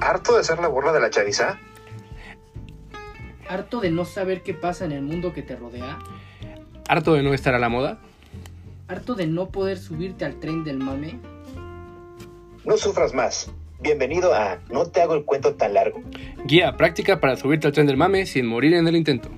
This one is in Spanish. ¿Harto de ser la burla de la chaviza? ¿Harto de no saber qué pasa en el mundo que te rodea? ¿Harto de no estar a la moda? ¿Harto de no poder subirte al tren del mame? No sufras más. Bienvenido a No te hago el cuento tan largo. Guía práctica para subirte al tren del mame sin morir en el intento.